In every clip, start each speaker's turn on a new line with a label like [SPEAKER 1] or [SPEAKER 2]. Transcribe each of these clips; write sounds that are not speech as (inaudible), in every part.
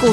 [SPEAKER 1] 股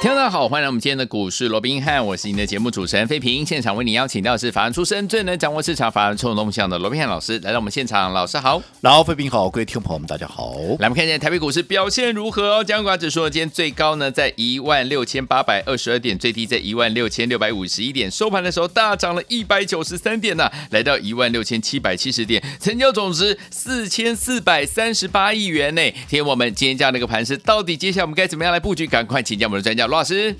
[SPEAKER 2] 听众大家好，欢迎来我们今天的股市罗宾汉，我是您的节目主持人费平。现场为您邀请到的是法案出身、最能掌握市场法案冲动向的罗宾汉老师来到我们现场，老师好。
[SPEAKER 3] 然后，费平好，各位听众朋友们，大家好。
[SPEAKER 2] 来，我们看一下台北股市表现如何哦。加管指数今天最高呢在一万六千八百二十二点，最低在一万六千六百五十一点，收盘的时候大涨了一百九十三点呐、来到一万六千七百七十点，成交总值四千四百三十八亿元呢。听友们，今天这样的一个盘势，到底接下来我们该怎么样来布局？赶快请教我们的专家罗老师。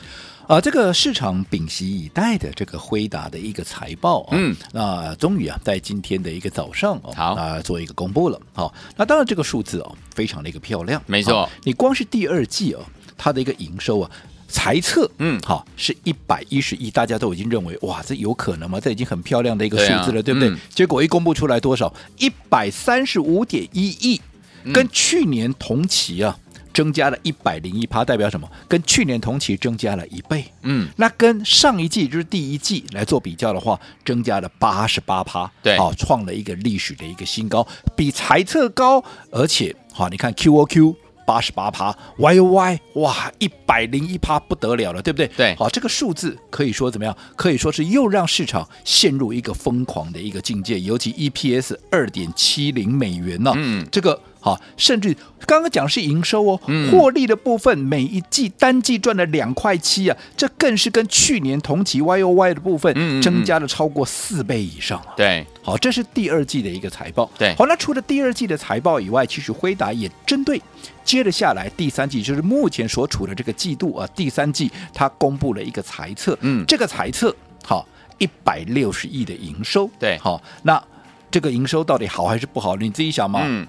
[SPEAKER 3] 啊，这个市场屏息以待的这个辉达的一个财报啊，
[SPEAKER 2] 嗯，
[SPEAKER 3] 那、终于啊，在今天的一个早上哦，
[SPEAKER 2] 好
[SPEAKER 3] 啊、做一个公布了。好，那当然这个数字哦，非常的一个漂亮，
[SPEAKER 2] 没错
[SPEAKER 3] 好你光是第二季哦，它的一个营收啊。财测，
[SPEAKER 2] 嗯
[SPEAKER 3] 好是一百一十亿，大家都已经认为哇，这有可能吗？这已经很漂亮的一个
[SPEAKER 2] 对
[SPEAKER 3] 数
[SPEAKER 2] 啊
[SPEAKER 3] 字了，对不对？
[SPEAKER 2] 嗯
[SPEAKER 3] 结果一公布出来多少？一百三十五点一亿，
[SPEAKER 2] 嗯
[SPEAKER 3] 跟去年同期啊增加了一百零一趴，代表什么？跟去年同期增加了一倍。
[SPEAKER 2] 嗯，
[SPEAKER 3] 那跟上一季就是第一季来做比较的话，增加了八十八趴，
[SPEAKER 2] 对
[SPEAKER 3] 好、创了一个历史的一个新高，比财测高，而且好、你看 QOQ。八十八趴，Y O Y，哇，一百零一趴不得了了，对不对？
[SPEAKER 2] 对
[SPEAKER 3] 好，这个数字可以说怎么样？可以说是又让市场陷入一个疯狂的一个境界，尤其 EPS 二点七零美元呢、
[SPEAKER 2] 嗯
[SPEAKER 3] 这个好，甚至刚刚讲是营收哦，
[SPEAKER 2] 嗯
[SPEAKER 3] 获利的部分每一季单季赚了两块七啊，这更是跟去年同期 Y O Y 的部分
[SPEAKER 2] 嗯嗯嗯
[SPEAKER 3] 增加了超过四倍以上啊。
[SPEAKER 2] 对，
[SPEAKER 3] 好，这是第二季的一个财报。
[SPEAKER 2] 对
[SPEAKER 3] 好，那除了第二季的财报以外，其实辉达也针对接着下来第三季，就是目前所处的这个季度啊，第三季它公布了一个财测，
[SPEAKER 2] 嗯
[SPEAKER 3] 这个财测好一百六十亿的营收，
[SPEAKER 2] 对
[SPEAKER 3] 好，那这个营收到底好还是不好？你自己想嘛。
[SPEAKER 2] 嗯，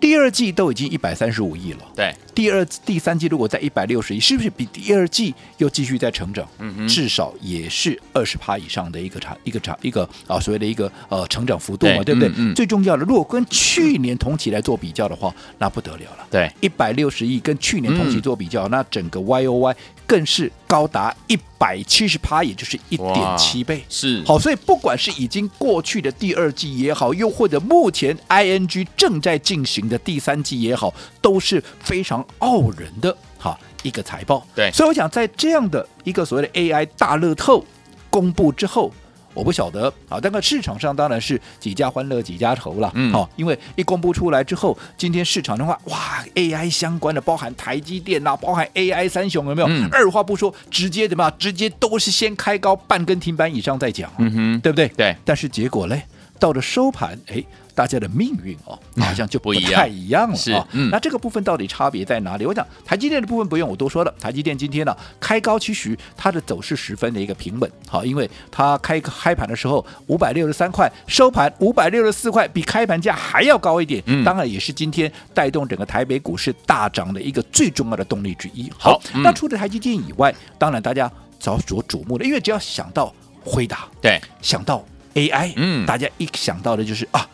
[SPEAKER 3] 第二季都已经一百三十五亿了，
[SPEAKER 2] 对，
[SPEAKER 3] 第二、第三季如果在一百六十亿，是不是比第二季又继续在成长？嗯
[SPEAKER 2] 哼
[SPEAKER 3] 至少也是二十趴以上的一个长、一个长、一个啊所谓的一个呃成长幅度嘛，
[SPEAKER 2] 对
[SPEAKER 3] 对不对？
[SPEAKER 2] 嗯嗯
[SPEAKER 3] 最重要的，如果跟去年同期来做比较的话，那不得了了。
[SPEAKER 2] 对，
[SPEAKER 3] 一百六十亿跟去年同期做比
[SPEAKER 2] 嗯
[SPEAKER 3] 较，那整个 Y O Y 更是高达一百七十趴，也就是一点七倍。
[SPEAKER 2] 是，
[SPEAKER 3] 好，所以不管是已经过去的第二季也好，又或者目前 ING 正在进行的第三季也好，都是非常傲人的哈一个财报。
[SPEAKER 2] 对
[SPEAKER 3] 所以我想在这样的一个所谓的 AI 大乐透公布之后。我不晓得啊，但个市场上当然是几家欢乐几家愁了，
[SPEAKER 2] 嗯
[SPEAKER 3] 好、因为一公布出来之后，今天市场的话，哇，AI 相关的，包含台积电呐、包含 AI 三雄有没有？
[SPEAKER 2] 嗯
[SPEAKER 3] 二话不说，直接怎么样？直接都是先开高半根停板以上再讲啊、
[SPEAKER 2] 嗯哼，
[SPEAKER 3] 对不对？
[SPEAKER 2] 对
[SPEAKER 3] 但是结果嘞，到了收盘，哎，大家的命运哦，好像就
[SPEAKER 2] 啊不
[SPEAKER 3] 不
[SPEAKER 2] 一样
[SPEAKER 3] 太一样了
[SPEAKER 2] 是
[SPEAKER 3] 啊、
[SPEAKER 2] 嗯
[SPEAKER 3] 那这个部分到底差别在哪里？我想台积电的部分不用我多说了，台积电今天呢、开高，其实它的走势十分的一个平稳，好，因为它开开盘的时候五百六十三块，收盘五百六十四块，比开盘价还要高一点。
[SPEAKER 2] 嗯
[SPEAKER 3] 当然也是今天带动整个台北股市大涨的一个最重要的动力之一。
[SPEAKER 2] 好嗯
[SPEAKER 3] 那除了台积电以外，当然大家早所瞩目的，因为只要想到辉达。
[SPEAKER 2] 对，
[SPEAKER 3] 想到 AI，
[SPEAKER 2] 嗯
[SPEAKER 3] 大家一想到的就是啊。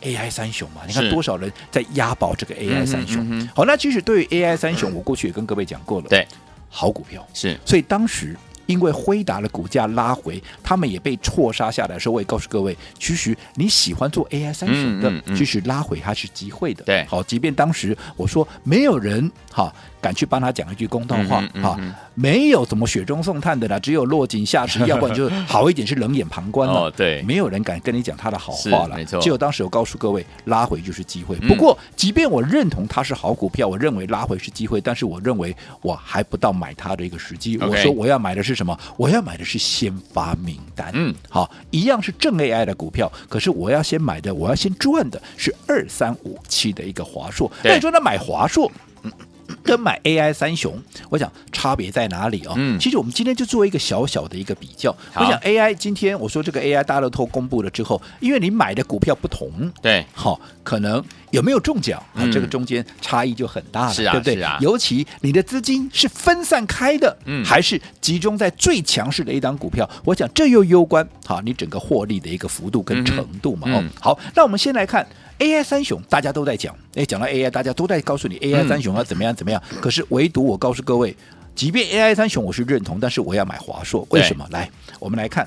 [SPEAKER 3] AI 三雄嘛，你看
[SPEAKER 2] 是
[SPEAKER 3] 多少人在押宝这个
[SPEAKER 2] 嗯哼
[SPEAKER 3] AI 三雄。
[SPEAKER 2] 嗯哼嗯
[SPEAKER 3] 好，那其实对于 AI 三雄，我过去也跟各位讲过了，
[SPEAKER 2] 对，
[SPEAKER 3] 好股票。
[SPEAKER 2] 是，
[SPEAKER 3] 所以当时因为辉达的股价拉回，他们也被错杀下来的时候，我也告诉各位，其实你喜欢做 AI 三雄的，
[SPEAKER 2] 嗯嗯嗯
[SPEAKER 3] 其实拉回它是机会的。
[SPEAKER 2] 对
[SPEAKER 3] 好，即便当时我说没有人哈敢去帮他讲一句公道话
[SPEAKER 2] 嗯哼嗯
[SPEAKER 3] 哈、
[SPEAKER 2] 哼
[SPEAKER 3] 没有怎么雪中送炭的啦，只有落井
[SPEAKER 2] (laughs)
[SPEAKER 3] 下石，要不然就是好一点是冷眼旁观了。
[SPEAKER 2] 哦对
[SPEAKER 3] 没有人敢跟你讲他的好
[SPEAKER 2] 是
[SPEAKER 3] 话了，
[SPEAKER 2] 没错
[SPEAKER 3] 只有当时我告诉各位，拉回就是机会。不过，
[SPEAKER 2] 嗯
[SPEAKER 3] 即便我认同它是好股票，我认为拉回是机会，但是我认为我还不到买它的一个时机。
[SPEAKER 2] OK
[SPEAKER 3] 我说我要买的是什么？我要买的是先发名单。
[SPEAKER 2] 嗯，
[SPEAKER 3] 好，一样是正 AI 的股票，可是我要先买的，我要先赚的是二三五七的一个华硕。
[SPEAKER 2] 对
[SPEAKER 3] 那你说那买华硕？跟买 AI 三雄，我想差别在哪里哦？
[SPEAKER 2] 嗯
[SPEAKER 3] 其实我们今天就做一个小小的一个比较。
[SPEAKER 2] 好
[SPEAKER 3] 我想 AI 今天我说这个 AI 大乐透公布了之后，因为你买的股票不同，
[SPEAKER 2] 对，
[SPEAKER 3] 好、可能有没有中奖啊、
[SPEAKER 2] 嗯
[SPEAKER 3] 这个中间差异就很大了，
[SPEAKER 2] 是啊
[SPEAKER 3] 对不对？
[SPEAKER 2] 是啊
[SPEAKER 3] 尤其你的资金是分散开的，
[SPEAKER 2] 嗯
[SPEAKER 3] 还是集中在最强势的一档股票？我想这又攸关好、你整个获利的一个幅度跟程度嘛。
[SPEAKER 2] 嗯哼
[SPEAKER 3] 哦
[SPEAKER 2] 嗯，
[SPEAKER 3] 好，那我们先来看 AI 三雄大家都在讲，哎，讲到 AI，大家都在告诉你 AI
[SPEAKER 2] 嗯
[SPEAKER 3] 三雄要怎么样怎么样，可是唯独我告诉各位，即便 AI 三雄我是认同，但是我要买华硕，为
[SPEAKER 2] 对
[SPEAKER 3] 什么？来，我们来看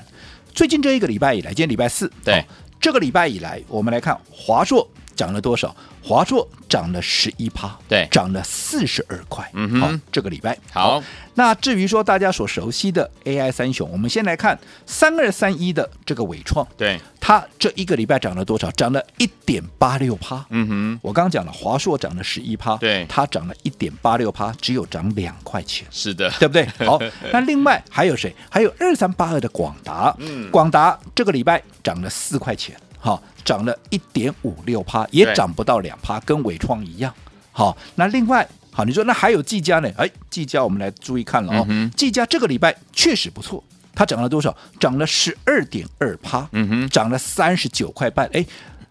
[SPEAKER 3] 最近这一个礼拜以来，今天礼拜四，
[SPEAKER 2] 对
[SPEAKER 3] 好这个礼拜以来，我们来看华硕涨了多少？华硕涨了十一趴，
[SPEAKER 2] 对
[SPEAKER 3] 涨了四十二块，
[SPEAKER 2] 嗯哼
[SPEAKER 3] 好，这个礼拜
[SPEAKER 2] 好
[SPEAKER 3] 那至于说大家所熟悉的 AI 三雄，我们先来看三二三一的这个伟创，
[SPEAKER 2] 对，
[SPEAKER 3] 它这一个礼拜涨了多少？涨了一点八六趴。
[SPEAKER 2] 嗯哼，
[SPEAKER 3] 我刚讲了，华硕涨了十一趴，
[SPEAKER 2] 对
[SPEAKER 3] 它涨了一点八六趴，只有涨两块钱。
[SPEAKER 2] 是
[SPEAKER 3] (laughs)
[SPEAKER 2] 的，
[SPEAKER 3] 对不对？
[SPEAKER 2] (laughs)
[SPEAKER 3] 好，那另外还有谁？还有二三八二的广达，
[SPEAKER 2] 嗯
[SPEAKER 3] 广达这个礼拜涨了四块钱，好、涨了一点五六趴，也
[SPEAKER 2] 对
[SPEAKER 3] 涨不到两趴，跟伟创一样。好、那另外。好，你说那还有技嘉呢？哎，技嘉我们来注意看了哦，
[SPEAKER 2] 嗯
[SPEAKER 3] 技嘉这个礼拜确实不错，它涨了多少？涨了十二点二趴，
[SPEAKER 2] 嗯哼
[SPEAKER 3] 涨了三十九块半。哎，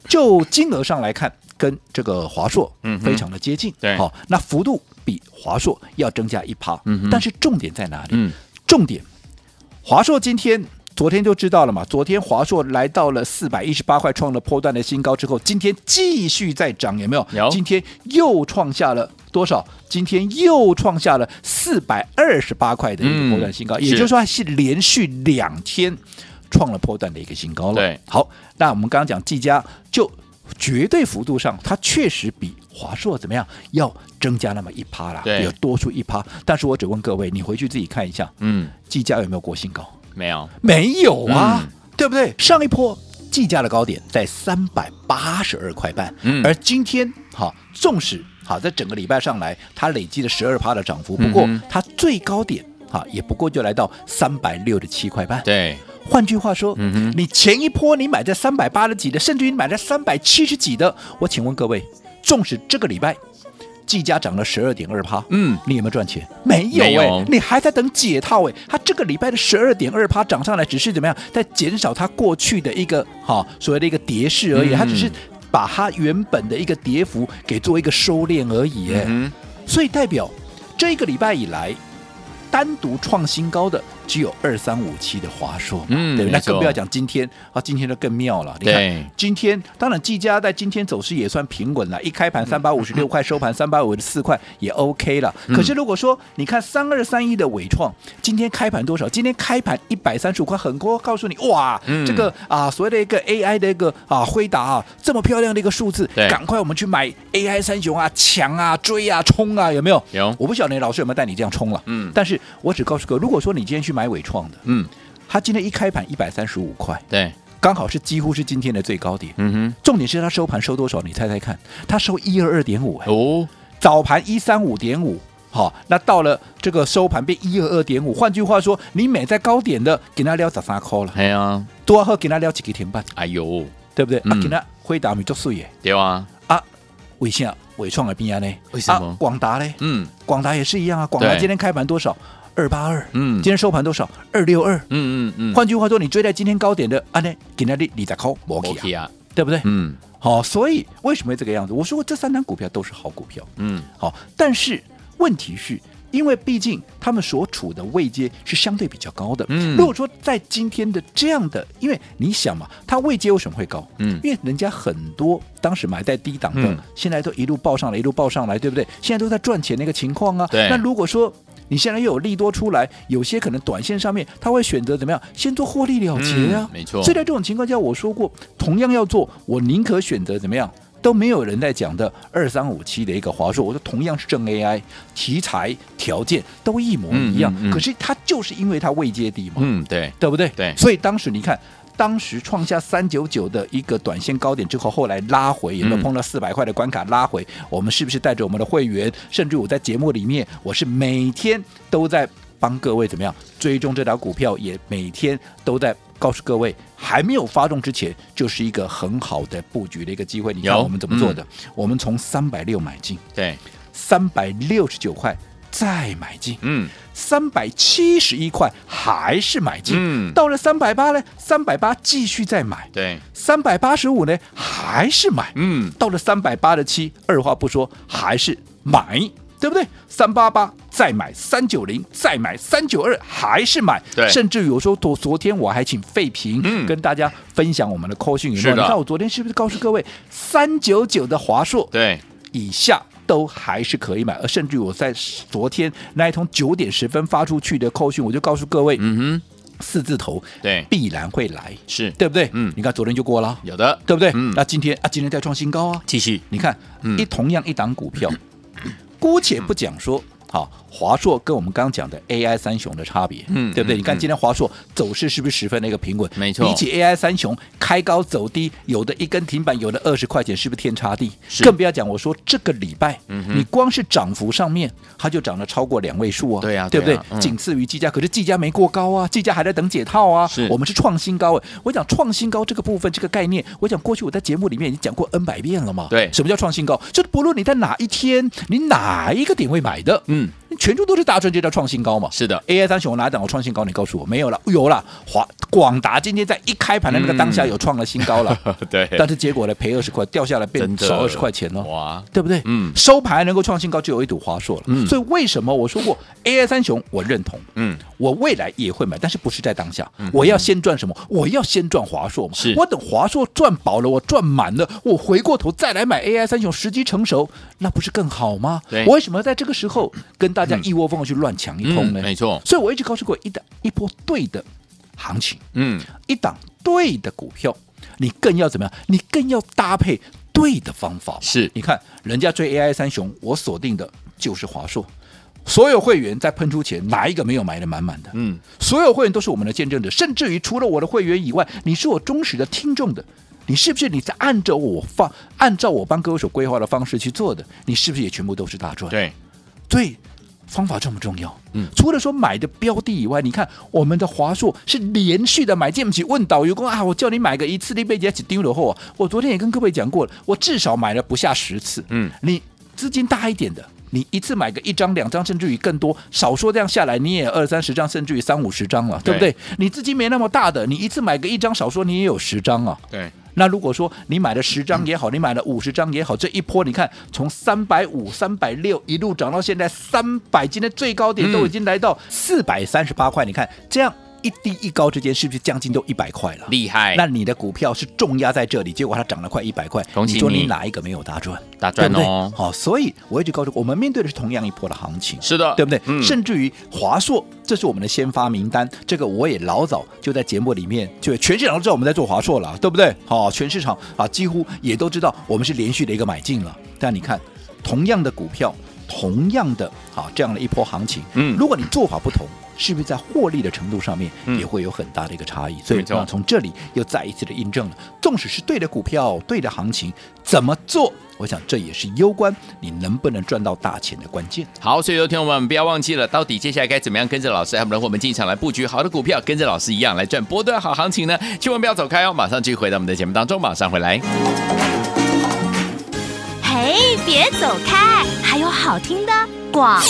[SPEAKER 3] 就金额上来看，跟这个华硕
[SPEAKER 2] 嗯哼
[SPEAKER 3] 非常的接近，
[SPEAKER 2] 对
[SPEAKER 3] 好、那幅度比华硕要增加一趴，
[SPEAKER 2] 嗯哼
[SPEAKER 3] 但是重点在哪里？
[SPEAKER 2] 嗯
[SPEAKER 3] 重点，华硕今天。昨天就知道了嘛，昨天华硕来到了四百一十八块，创了波段的新高之后，今天继续再涨，有没有？
[SPEAKER 2] 有
[SPEAKER 3] 今天又创下了多少？今天又创下了四百二十八块的一个波段新高，
[SPEAKER 2] 嗯
[SPEAKER 3] 也
[SPEAKER 2] 是
[SPEAKER 3] 就是说它是连续两天创了波段的一个新高了。
[SPEAKER 2] 对
[SPEAKER 3] 好，那我们刚刚讲技嘉就。绝对幅度上，它确实比华硕怎么样要增加那么一趴啦，
[SPEAKER 2] 对
[SPEAKER 3] 有多出一趴。但是我只问各位，你回去自己看一下，
[SPEAKER 2] 嗯，
[SPEAKER 3] 技嘉有没有过新高？
[SPEAKER 2] 没有，
[SPEAKER 3] 没有啊，
[SPEAKER 2] 嗯
[SPEAKER 3] 对不对？上一波计价的高点在三百八十二块半，
[SPEAKER 2] 嗯
[SPEAKER 3] 而今天哈，纵使哈在整个礼拜上来，它累积了十二趴的涨幅，不过
[SPEAKER 2] 嗯哼
[SPEAKER 3] 它最高点哈也不过就来到三百六十七块半。
[SPEAKER 2] 对，
[SPEAKER 3] 换句话说，
[SPEAKER 2] 嗯
[SPEAKER 3] 你前一波你买在三百八十几的，甚至于你买在三百七十几的，我请问各位，纵使这个礼拜。计价涨了十二点二趴，
[SPEAKER 2] 嗯
[SPEAKER 3] 你有没有赚钱？没有
[SPEAKER 2] 没
[SPEAKER 3] 哎、
[SPEAKER 2] 有
[SPEAKER 3] 你还在等解套哎、它这个礼拜的十二点二趴涨上来，只是怎么样，在减少它过去的一个哈、所谓的一个跌势而已，
[SPEAKER 2] 嗯
[SPEAKER 3] 它只是把它原本的一个跌幅给做一个收敛而已、哎
[SPEAKER 2] 嗯
[SPEAKER 3] 所以代表这一个礼拜以来，单独创新高的只有二三五七的华硕嘛，
[SPEAKER 2] 嗯
[SPEAKER 3] 对不对，那
[SPEAKER 2] 没错
[SPEAKER 3] 更不要讲今天啊，今天就更妙了。你
[SPEAKER 2] 对
[SPEAKER 3] 看，今天当然技嘉在今天走势也算平稳了，一开
[SPEAKER 2] 嗯
[SPEAKER 3] 盘三百五十六块，收盘三百五十四块也 OK 了。
[SPEAKER 2] 嗯
[SPEAKER 3] 可是如果说你看三二三一的伟创，今天开盘多少？今天开盘一百三十五块，很多告诉你哇
[SPEAKER 2] 嗯，
[SPEAKER 3] 这个啊所谓的一个 AI 的一个啊辉达啊这么漂亮的一个数字，
[SPEAKER 2] 对
[SPEAKER 3] 赶快我们去买 AI 三雄啊，抢啊，追啊，冲啊，有没有？
[SPEAKER 2] 有
[SPEAKER 3] 我不晓得你老师有没有带你这样冲了，
[SPEAKER 2] 嗯
[SPEAKER 3] 但是我只告诉各位，如果说你今天去买伟创的，
[SPEAKER 2] 嗯，
[SPEAKER 3] 它今天一开盘一百三十五块，
[SPEAKER 2] 对，
[SPEAKER 3] 刚好是几乎是今天的最高点。
[SPEAKER 2] 嗯
[SPEAKER 3] 重点是它收盘收多少？你猜猜看，它收一二二点五，哎
[SPEAKER 2] 哼，，哦，
[SPEAKER 3] 早盘一三五点五。好，那到了这个收盘变一二二点五，换句话说，你每在高点的给它撩十三块了，
[SPEAKER 2] 哎呀，
[SPEAKER 3] 多喝给它撩几个停半，
[SPEAKER 2] 哎呦，
[SPEAKER 3] 对不对？
[SPEAKER 2] 嗯
[SPEAKER 3] 啊，给它回答米做水耶，
[SPEAKER 2] 对啊，
[SPEAKER 3] 啊，伟信伟创的边啊呢？
[SPEAKER 2] 为什么
[SPEAKER 3] 啊广达嘞？
[SPEAKER 2] 嗯
[SPEAKER 3] 广达也是一样啊，广达
[SPEAKER 2] 对
[SPEAKER 3] 今天开盘多少？二八二，
[SPEAKER 2] 嗯
[SPEAKER 3] 今天收盘多少？二六二。
[SPEAKER 2] 嗯嗯嗯，
[SPEAKER 3] 换句话说，你追在今天高点的，啊，那给那里你在扣，没
[SPEAKER 2] 我
[SPEAKER 3] 去
[SPEAKER 2] 啊，
[SPEAKER 3] 啊，对不对？
[SPEAKER 2] 嗯
[SPEAKER 3] 好，所以为什么会这个样子？我说过，这三档股票都是好股票。
[SPEAKER 2] 嗯，
[SPEAKER 3] 好，但是问题是。因为毕竟他们所处的位阶是相对比较高的，
[SPEAKER 2] 嗯
[SPEAKER 3] 如果说在今天的这样的，因为你想嘛，它位阶为什么会高？
[SPEAKER 2] 嗯
[SPEAKER 3] 因为人家很多当时买在低档的，
[SPEAKER 2] 嗯
[SPEAKER 3] 现在都一路报上来，一路报上来，对不对？现在都在赚钱的一个情况啊。
[SPEAKER 2] 对
[SPEAKER 3] 那如果说你现在又有利多出来，有些可能短线上面他会选择怎么样，先做获利了结啊，
[SPEAKER 2] 嗯没错
[SPEAKER 3] 所以在这种情况下，我说过，同样要做，我宁可选择怎么样？都没有人在讲的二三五七的一个华硕，我说同样是正 AI 题材条件都一模一样，
[SPEAKER 2] 嗯嗯嗯
[SPEAKER 3] 可是它就是因为它位阶低嘛，
[SPEAKER 2] 嗯，对，
[SPEAKER 3] 对不对？
[SPEAKER 2] 对
[SPEAKER 3] 所以当时你看，当时创下三九九的一个短线高点之后，后来拉回，有没
[SPEAKER 2] 嗯
[SPEAKER 3] 有碰到四百块的关卡拉回？我们是不是带着我们的会员，甚至我在节目里面，我是每天都在帮各位怎么样追踪这档股票，也每天都在。告诉各位，还没有发动之前，就是一个很好的布局的一个机会。你看
[SPEAKER 2] 有嗯
[SPEAKER 3] 我们怎么做的？我们从三百六买进，
[SPEAKER 2] 对，
[SPEAKER 3] 三百六十九块再买进，
[SPEAKER 2] 嗯
[SPEAKER 3] 三百七十一块还是买进，
[SPEAKER 2] 嗯
[SPEAKER 3] 到了三百八呢，三百八继续再买，
[SPEAKER 2] 对，
[SPEAKER 3] 三百八十五呢还是买，
[SPEAKER 2] 嗯
[SPEAKER 3] 到了三百八十七，二话不说还是买。对不对？三八八再买，三九零再买，三九二还是买，
[SPEAKER 2] 对
[SPEAKER 3] 甚至有时候昨昨天我还请费平、
[SPEAKER 2] 嗯
[SPEAKER 3] 跟大家分享我们的 call 讯，有没
[SPEAKER 2] 是
[SPEAKER 3] 有？
[SPEAKER 2] 的
[SPEAKER 3] 你看我昨天是不是告诉各位，三九九的华硕
[SPEAKER 2] 对，
[SPEAKER 3] 以下都还是可以买，而甚至我在昨天那一通九点十分发出去的扣讯，我就告诉各位，
[SPEAKER 2] 嗯哼，
[SPEAKER 3] 四字头
[SPEAKER 2] 对
[SPEAKER 3] 必然会来，
[SPEAKER 2] 是
[SPEAKER 3] 对不对？
[SPEAKER 2] 嗯
[SPEAKER 3] 你看昨天就过了，
[SPEAKER 2] 有的，
[SPEAKER 3] 对不对？
[SPEAKER 2] 嗯
[SPEAKER 3] 那今天啊，今天再创新高啊，
[SPEAKER 2] 继续，
[SPEAKER 3] 你看，
[SPEAKER 2] 嗯
[SPEAKER 3] 一同样一档股票，姑且不讲说。好，华硕跟我们刚刚讲的 AI 三雄的差别，
[SPEAKER 2] 嗯
[SPEAKER 3] 对不对？
[SPEAKER 2] 嗯
[SPEAKER 3] 你看
[SPEAKER 2] 嗯
[SPEAKER 3] 今天华硕走势是不是十分的一个平稳？
[SPEAKER 2] 没错
[SPEAKER 3] 比起 AI 三雄开高走低，有的一根停板，有的二十块钱，是不是天差地？
[SPEAKER 2] 是嗯
[SPEAKER 3] 更不要讲，我说这个礼拜，你光是涨幅上面，它就涨了超过两位数啊，
[SPEAKER 2] 对啊
[SPEAKER 3] 对不
[SPEAKER 2] 对
[SPEAKER 3] 对
[SPEAKER 2] 啊？嗯
[SPEAKER 3] 仅次于技嘉，可是技嘉没过高啊，技嘉还在等解套啊
[SPEAKER 2] 是，
[SPEAKER 3] 我们是创新高哎。我讲创新高这个部分，这个概念，我讲过去我在节目里面已经讲过 N 百遍了嘛，
[SPEAKER 2] 对
[SPEAKER 3] 什么叫创新高？就是不论你在哪一天，你哪一个点位买的，
[SPEAKER 2] 嗯，
[SPEAKER 3] 全部都是大赚，这叫创新高嘛。
[SPEAKER 2] 是的，
[SPEAKER 3] AI 三雄哪一档有创新高？你告诉我，没有了，有了。华广达今天在一开盘的那个当下
[SPEAKER 2] 嗯
[SPEAKER 3] 有创了新高了，
[SPEAKER 2] (laughs) 对，
[SPEAKER 3] 但是结果呢，赔二十块，掉下来
[SPEAKER 2] 真
[SPEAKER 3] 变
[SPEAKER 2] 的
[SPEAKER 3] 少二十块钱哦。
[SPEAKER 2] 哇，
[SPEAKER 3] 对不对？
[SPEAKER 2] 嗯
[SPEAKER 3] 收盘能够创新高，就有一堵华硕了。
[SPEAKER 2] 嗯
[SPEAKER 3] 所以为什么我说过 AI 三雄，我认同，
[SPEAKER 2] 嗯，
[SPEAKER 3] 我未来也会买，但是不是在当下。我要先赚什么？我要先赚华硕嘛。
[SPEAKER 2] 是
[SPEAKER 3] 我等华硕赚饱了，我赚满了，我回过头再来买 AI 三雄，时机成熟，那不是更好吗？
[SPEAKER 2] 对嗯
[SPEAKER 3] 我为什么要在这个时候跟大家一窝蜂的去乱抢一通呢？
[SPEAKER 2] 嗯没错
[SPEAKER 3] 所以我一直告诉过一档一波对的行情，
[SPEAKER 2] 嗯，
[SPEAKER 3] 一档对的股票，你更要怎么样？你更要搭配对的方法嘛。
[SPEAKER 2] 是
[SPEAKER 3] 你看人家追 AI 三雄，我锁定的就是华硕。所有会员在喷出前，哪一个没有买的满满的？
[SPEAKER 2] 嗯，
[SPEAKER 3] 所有会员都是我们的见证者，甚至于除了我的会员以外，你是我忠实的听众的，你是不是你在按照我放，按照我帮各位所规划的方式去做的？你是不是也全部都是大赚？
[SPEAKER 2] 对，
[SPEAKER 3] 对，方法重不重要？
[SPEAKER 2] 嗯
[SPEAKER 3] 除了说买的标的以外，你看我们的华硕是连续的买进不起。问导游工啊，我叫你买个一次，你被人家起丢了后啊。我昨天也跟各位讲过了，我至少买了不下十次。
[SPEAKER 2] 嗯，
[SPEAKER 3] 你资金大一点的。你一次买个一张、两张，甚至于更多，少说这样下来，你也二三十张，甚至于三五十张了，对不
[SPEAKER 2] 对
[SPEAKER 3] 对？你资金没那么大的，你一次买个一张，少说你也有十张啊。
[SPEAKER 2] 对，
[SPEAKER 3] 那如果说你买了十张也好，你买了五十张也好，这一波你看从三百五、三百六一路涨到现在三百，今天最高点都已经来到嗯四百三十八块，你看这样一低一高之间是不是将近都一百块了？
[SPEAKER 2] 厉害，
[SPEAKER 3] 那你的股票是重压在这里，结果它涨了快一百块，
[SPEAKER 2] 恭喜你
[SPEAKER 3] 说你哪一个没有大赚？
[SPEAKER 2] 大
[SPEAKER 3] 对
[SPEAKER 2] 赚
[SPEAKER 3] 不对？
[SPEAKER 2] 哦，
[SPEAKER 3] 好、所以我一直告诉我们面对的是同样一波的行情，
[SPEAKER 2] 是的，
[SPEAKER 3] 对不对？
[SPEAKER 2] 嗯，
[SPEAKER 3] 甚至于华硕，这是我们的先发名单，这个我也老早就在节目里面，就全市场都知道我们在做华硕了，对不对？好、全市场啊几乎也都知道我们是连续的一个买进了。但你看，同样的股票，同样的啊这样的一波行情，
[SPEAKER 2] 嗯
[SPEAKER 3] 如果你做法不同。是不是在获利的程度上面
[SPEAKER 2] 嗯
[SPEAKER 3] 也会有很大的一个差异？所以
[SPEAKER 2] 没错
[SPEAKER 3] 那从这里又再一次的印证了，纵使是对的股票、对的行情，怎么做？我想这也是攸关你能不能赚到大钱的关键。
[SPEAKER 2] 好，所以有听我们不要忘记了，到底接下来该怎么样跟着老师，还有我们进场来布局好的股票，跟着老师一样来赚波段好行情呢？千万不要走开哦，马上继续回到我们的节目当中，马上回来。
[SPEAKER 1] 嘿，别走开，还有好听的广。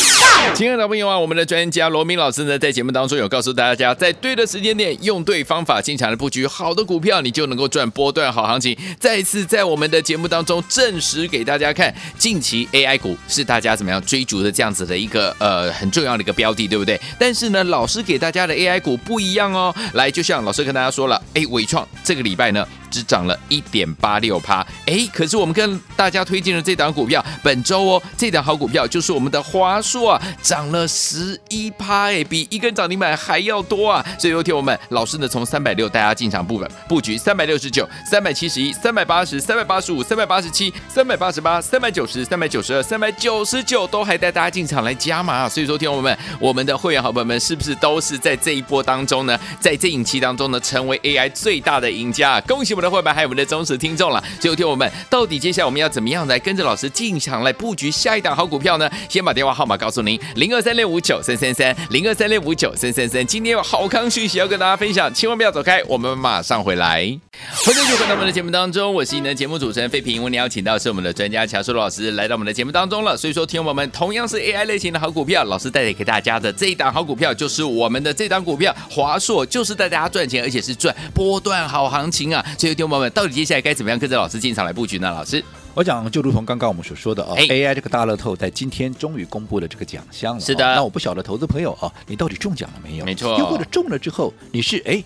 [SPEAKER 2] 亲爱的朋友啊，我们的专家罗明老师呢，在节目当中有告诉大家，在对的时间点用对方法进场来布局好的股票，你就能够赚波段好行情。再一次在我们的节目当中证实给大家看，近期 AI 股是大家怎么样追逐的这样子的一个呃很重要的一个标的，对不对？但是呢，老师给大家的 AI 股不一样哦。来，就像老师跟大家说了，哎，伟创这个礼拜呢只涨了一点八六趴。哎，可是我们跟大家推荐的这档股票，本周哦，这档好股票就是我们的华硕啊，涨了十一趴，哎，比一根涨停板还要多啊！所以有听我们老师呢，从三百六大家进场布布局三百六十九、三百七十一、三百八十、三百八十五、三百八十七、三百八十八、三百九十、三百九十二、三百九十九，都还带大家进场来加码、啊。所以说，听我们我们的会员好朋友们是不是都是在这一波当中呢，在这影期当中呢，成为 AI 最大的赢家、啊？恭喜我们的会员还有我们的忠实听众了。所以有听我们到底接下来我们要怎么样来跟着老师进场来布局下一档好股票呢？先把电话号码告诉您：零二三六五九三三三，零二三六五九三三三。今天有好康讯息要跟大家分享，千万不要走开，我们马上回来。欢迎继续回到我们的节目当中，我是你的节目主持人费平。我们邀请到是我们的专家乔叔老师来到我们的节目当中了。所以说，听众朋友们同样是 AI 类型的好股票，老师带给大家的这一档好股票就是我们的这档股票华硕，就是带大家赚钱，而且是赚波段好行情啊。所以，听众朋友们到底接下来该怎么样跟着老师进场来布局呢？老师，
[SPEAKER 3] 我讲就如同刚刚我们所说的啊、
[SPEAKER 2] 哎
[SPEAKER 3] a i 这个大乐透在今天终于公布了这个奖项了啊、
[SPEAKER 2] 是的
[SPEAKER 3] 那我不晓得投资朋友啊，你到底中奖了没有？
[SPEAKER 2] 没错
[SPEAKER 3] 又或者中了之后，你是哎。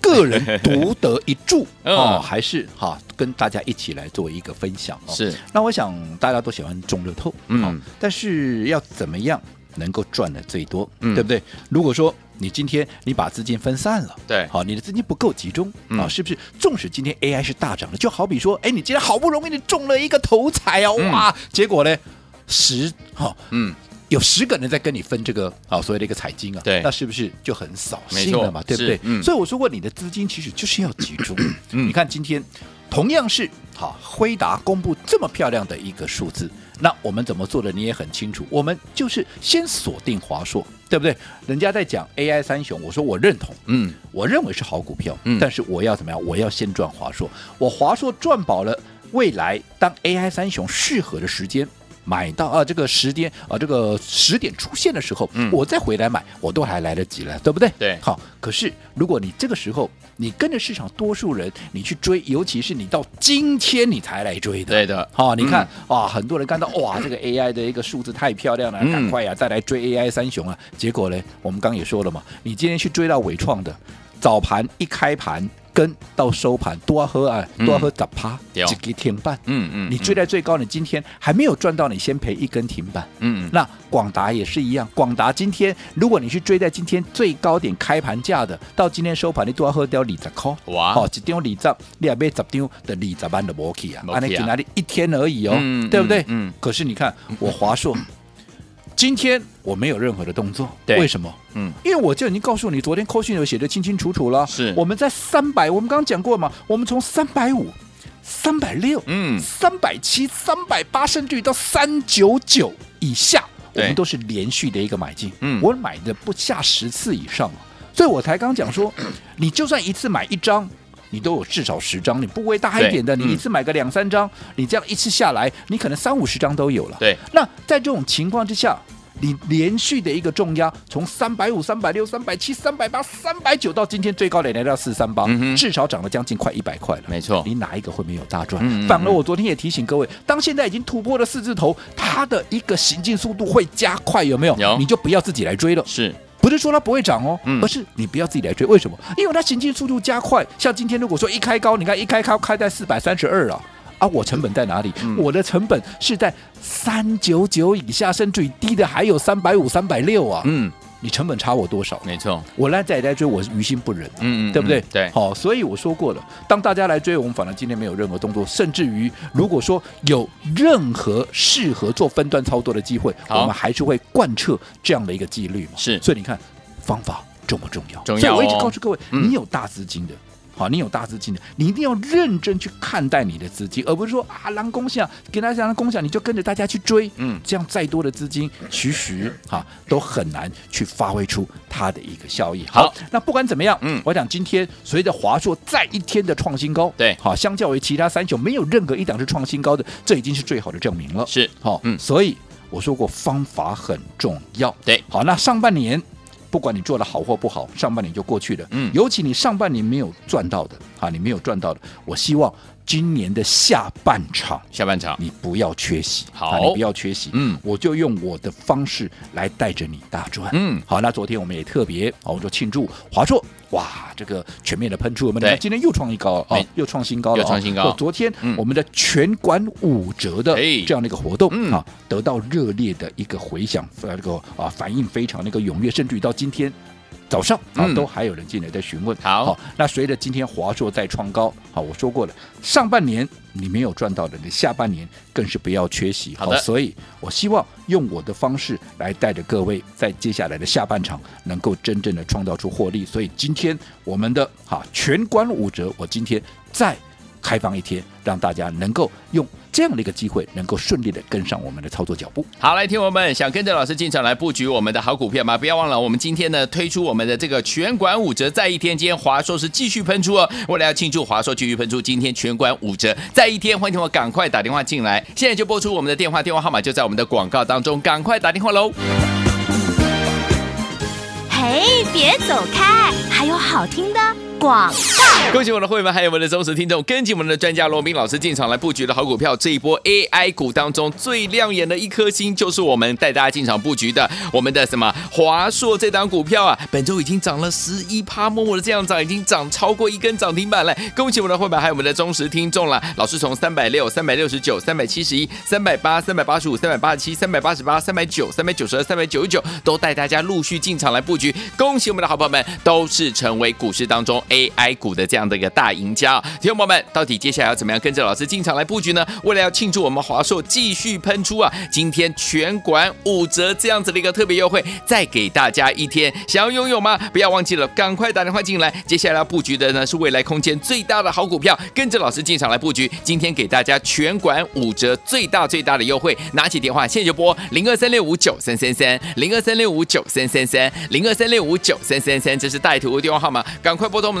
[SPEAKER 3] 个人独得一注
[SPEAKER 2] (laughs) 嗯
[SPEAKER 3] 哦，还是哈、跟大家一起来做一个分享哦。
[SPEAKER 2] 是
[SPEAKER 3] 那我想大家都喜欢中乐透，
[SPEAKER 2] 嗯
[SPEAKER 3] 好但是要怎么样能够赚的最多，
[SPEAKER 2] 嗯
[SPEAKER 3] 对不对？如果说你今天你把资金分散了，
[SPEAKER 2] 对
[SPEAKER 3] 好，你的资金不够集中
[SPEAKER 2] 嗯
[SPEAKER 3] 啊，是不是？纵使今天 AI 是大涨的，就好比说，哎，你今天好不容易你中了一个头彩啊，
[SPEAKER 2] 嗯
[SPEAKER 3] 哇，结果呢，十哈、
[SPEAKER 2] 嗯，
[SPEAKER 3] 有十个人在跟你分这个啊所谓的一个彩金啊，
[SPEAKER 2] 对
[SPEAKER 3] 那是不是就很扫兴了嘛？
[SPEAKER 2] 没错
[SPEAKER 3] 对不对
[SPEAKER 2] 是？嗯
[SPEAKER 3] 所以我说过，你的资金其实就是要集中。
[SPEAKER 2] 嗯
[SPEAKER 3] 你看今天同样是好，辉达公布这么漂亮的一个数字，那我们怎么做的你也很清楚，我们就是先锁定华硕，对不对？人家在讲 AI 三雄，我说我认同，
[SPEAKER 2] 嗯，
[SPEAKER 3] 我认为是好股票，
[SPEAKER 2] 嗯
[SPEAKER 3] 但是我要怎么样？我要先赚华硕，我华硕赚饱了，未来当 AI 三雄适合的时间。买到啊，这个时间啊，这个时点出现的时候，
[SPEAKER 2] 嗯
[SPEAKER 3] 我再回来买，我都还来得及了，对不对？
[SPEAKER 2] 对
[SPEAKER 3] 好，可是如果你这个时候你跟着市场多数人，你去追，尤其是你到今天你才来追的，
[SPEAKER 2] 对的
[SPEAKER 3] 好、你看
[SPEAKER 2] 嗯、
[SPEAKER 3] 啊，很多人看到哇，这个 AI 的一个数字太漂亮了，
[SPEAKER 2] 嗯
[SPEAKER 3] 赶快呀、再来追 AI 三雄啊！结果呢，我们刚也说了嘛，你今天去追到伟创的，早盘一开盘跟到收盘多喝啊，
[SPEAKER 2] 嗯
[SPEAKER 3] 多喝十趴，
[SPEAKER 2] 对
[SPEAKER 3] 几个停半。
[SPEAKER 2] 嗯嗯，
[SPEAKER 3] 你追在最高，你今天还没有赚到，你先赔一根停板。
[SPEAKER 2] 嗯，嗯，
[SPEAKER 3] 那广达也是一样，广达今天如果你去追在今天最高点开盘价的，到今天收盘你都要喝掉二十块。
[SPEAKER 2] 哇
[SPEAKER 3] 哦，一张二十，你也买十张的二十万的摩去啊，
[SPEAKER 2] 没去啊
[SPEAKER 3] 安尼今哪里一天而已哦，
[SPEAKER 2] 嗯
[SPEAKER 3] 对不对？
[SPEAKER 2] 嗯嗯
[SPEAKER 3] 可是你看我华硕，今天我没有任何的动作，
[SPEAKER 2] 对
[SPEAKER 3] 为什么？
[SPEAKER 2] 嗯，
[SPEAKER 3] 因为我就已经告诉你，昨天扣讯有写的清清楚楚了。
[SPEAKER 2] 是
[SPEAKER 3] 我们在三百，我们刚刚讲过嘛，我们从三百五、三百六、
[SPEAKER 2] 嗯
[SPEAKER 3] 三百七、三百八，甚至于到三九九以下，我
[SPEAKER 2] 对
[SPEAKER 3] 们都是连续的一个买进。
[SPEAKER 2] 嗯
[SPEAKER 3] 我买的不下十次以上啊所以我才刚讲说，你就算一次买一张。你都有至少十张，你不为大一点的，
[SPEAKER 2] 对嗯
[SPEAKER 3] 你一次买个两三张，你这样一次下来，你可能三五十张都有了。
[SPEAKER 2] 对，
[SPEAKER 3] 那在这种情况之下，你连续的一个重压，从三百五、三百六、三百七、三百八、三百九到今天最高点来到四三八
[SPEAKER 2] 嗯哼，
[SPEAKER 3] 至少涨了将近快一百块了。
[SPEAKER 2] 没错
[SPEAKER 3] 你哪一个会没有大赚？
[SPEAKER 2] 嗯嗯嗯
[SPEAKER 3] 反而我昨天也提醒各位，当现在已经突破了四字头，它的一个行进速度会加快，有没有？
[SPEAKER 2] 有
[SPEAKER 3] 你就不要自己来追了。
[SPEAKER 2] 是
[SPEAKER 3] 不是说它不会涨哦，
[SPEAKER 2] 嗯
[SPEAKER 3] 而是你不要自己来追。为什么？因为它行进速度加快。像今天如果说一开高，你看一开高开在四百三十二啊。啊，我成本在哪里？
[SPEAKER 2] 嗯
[SPEAKER 3] 我的成本是在三九九以下，甚至于低的还有三百五、三百六啊！
[SPEAKER 2] 嗯，
[SPEAKER 3] 你成本差我多少？
[SPEAKER 2] 没错，
[SPEAKER 3] 我来再来追，我是于心不忍、啊。
[SPEAKER 2] 嗯嗯，
[SPEAKER 3] 对不对
[SPEAKER 2] 嗯？对，
[SPEAKER 3] 好，所以我说过了，当大家来追我们，反而今天没有任何动作，甚至于如果说有任何适合做分段操作的机会，
[SPEAKER 2] 好
[SPEAKER 3] 我们还是会贯彻这样的一个纪律嘛。
[SPEAKER 2] 是
[SPEAKER 3] 所以你看方法重不重要？
[SPEAKER 2] 重要
[SPEAKER 3] 所以我一直
[SPEAKER 2] 哦
[SPEAKER 3] 告诉各位，
[SPEAKER 2] 嗯
[SPEAKER 3] 你有大资金的。好，你有大资金的，你一定要认真去看待你的资金，而不是说啊，狼攻下给大家狼攻下，你就跟着大家去追，
[SPEAKER 2] 嗯
[SPEAKER 3] 这样再多的资金，其实哈都很难去发挥出它的一个效益。
[SPEAKER 2] 好
[SPEAKER 3] 那不管怎么样，
[SPEAKER 2] 嗯
[SPEAKER 3] 我讲今天随着华硕再一天的创新高，
[SPEAKER 2] 对
[SPEAKER 3] 好，相较于其他三雄，没有任何一档是创新高的，这已经是最好的证明了。
[SPEAKER 2] 是
[SPEAKER 3] 好、
[SPEAKER 2] 嗯
[SPEAKER 3] 所以我说过方法很重要。
[SPEAKER 2] 对
[SPEAKER 3] 好，那上半年不管你做的好或不好，上半年就过去了。
[SPEAKER 2] 嗯
[SPEAKER 3] 尤其你上半年没有赚到的，啊，你没有赚到的，我希望今年的下半场
[SPEAKER 2] 下半场
[SPEAKER 3] 你不要缺席，
[SPEAKER 2] 好
[SPEAKER 3] 啊你不要缺席，
[SPEAKER 2] 嗯
[SPEAKER 3] 我就用我的方式来带着你大赚，
[SPEAKER 2] 嗯
[SPEAKER 3] 好，那昨天我们也特别，哦，我就庆祝华硕，哇，这个全面的喷出，我们
[SPEAKER 2] 对
[SPEAKER 3] 看今天又创一高了，
[SPEAKER 2] 没
[SPEAKER 3] 哦，又创新高了，
[SPEAKER 2] 又创新高
[SPEAKER 3] 哦昨天
[SPEAKER 2] 嗯
[SPEAKER 3] 我们的全馆五折的
[SPEAKER 2] 哎
[SPEAKER 3] 这样的一个活动
[SPEAKER 2] 嗯
[SPEAKER 3] 啊，得到热烈的一个回响，呃，这个啊反应非常那个踊跃，甚至于到今天。早上啊
[SPEAKER 2] 嗯，
[SPEAKER 3] 都还有人进来在询问。
[SPEAKER 2] 好
[SPEAKER 3] 那随着今天华硕再创高，好，我说过了，上半年你没有赚到的，你下半年更是不要缺席。
[SPEAKER 2] 好的
[SPEAKER 3] 所以我希望用我的方式来带着各位，在接下来的下半场能够真正的创造出获利。所以今天我们的哈全关五折，我今天再开放一天，让大家能够用这样的一个机会，能够顺利的跟上我们的操作脚步。
[SPEAKER 2] 好，来，听友们，想跟着老师进场来布局我们的好股票吗？不要忘了，我们今天呢推出我们的这个全馆五折，在一天，今天华硕是继续喷出哦。为了要庆祝华硕继续喷出，今天全馆五折，在一天，欢迎我赶快打电话进来，现在就拨出我们的电话，电话号码就在我们的广告当中，赶快打电话喽。
[SPEAKER 1] 嘿，别走开，还有好听的
[SPEAKER 4] 广。
[SPEAKER 2] (laughs) 恭喜我们的会员，还有我们的忠实听众，跟紧我们的专家罗斌老师进场来布局的好股票。这一波 AI 股当中最亮眼的一颗星，就是我们带大家进场布局的我们的什么华硕这档股票啊，本周已经涨了十一趴，默默的这样涨，已经涨超过一根涨停板了。恭喜我们的会员，还有我们的忠实听众了。老师从三百六、三百六十九、三百七十一、三百八、三百八十五、三百八十七、三百八十八、三百九、三百九十二、三百九十九，都带大家陆续进场来布局。恭喜我们的好朋友们，都是成为股市当中 AI 股的这样的一个大赢家、哦。听众朋友们，到底接下来要怎么样跟着老师进场来布局呢？为了要庆祝我们华硕继续喷出啊，今天全馆五折这样子的一个特别优惠，再给大家一天，想要拥有吗？不要忘记了，赶快打电话进来。接下来要布局的呢是未来空间最大的好股票，跟着老师进场来布局。今天给大家全馆五折，最大最大的优惠，拿起电话现在就拨零二三六五九三三三零二三六五九三三三零二三六五九三三三，这是带图的电话号码，赶快拨通我们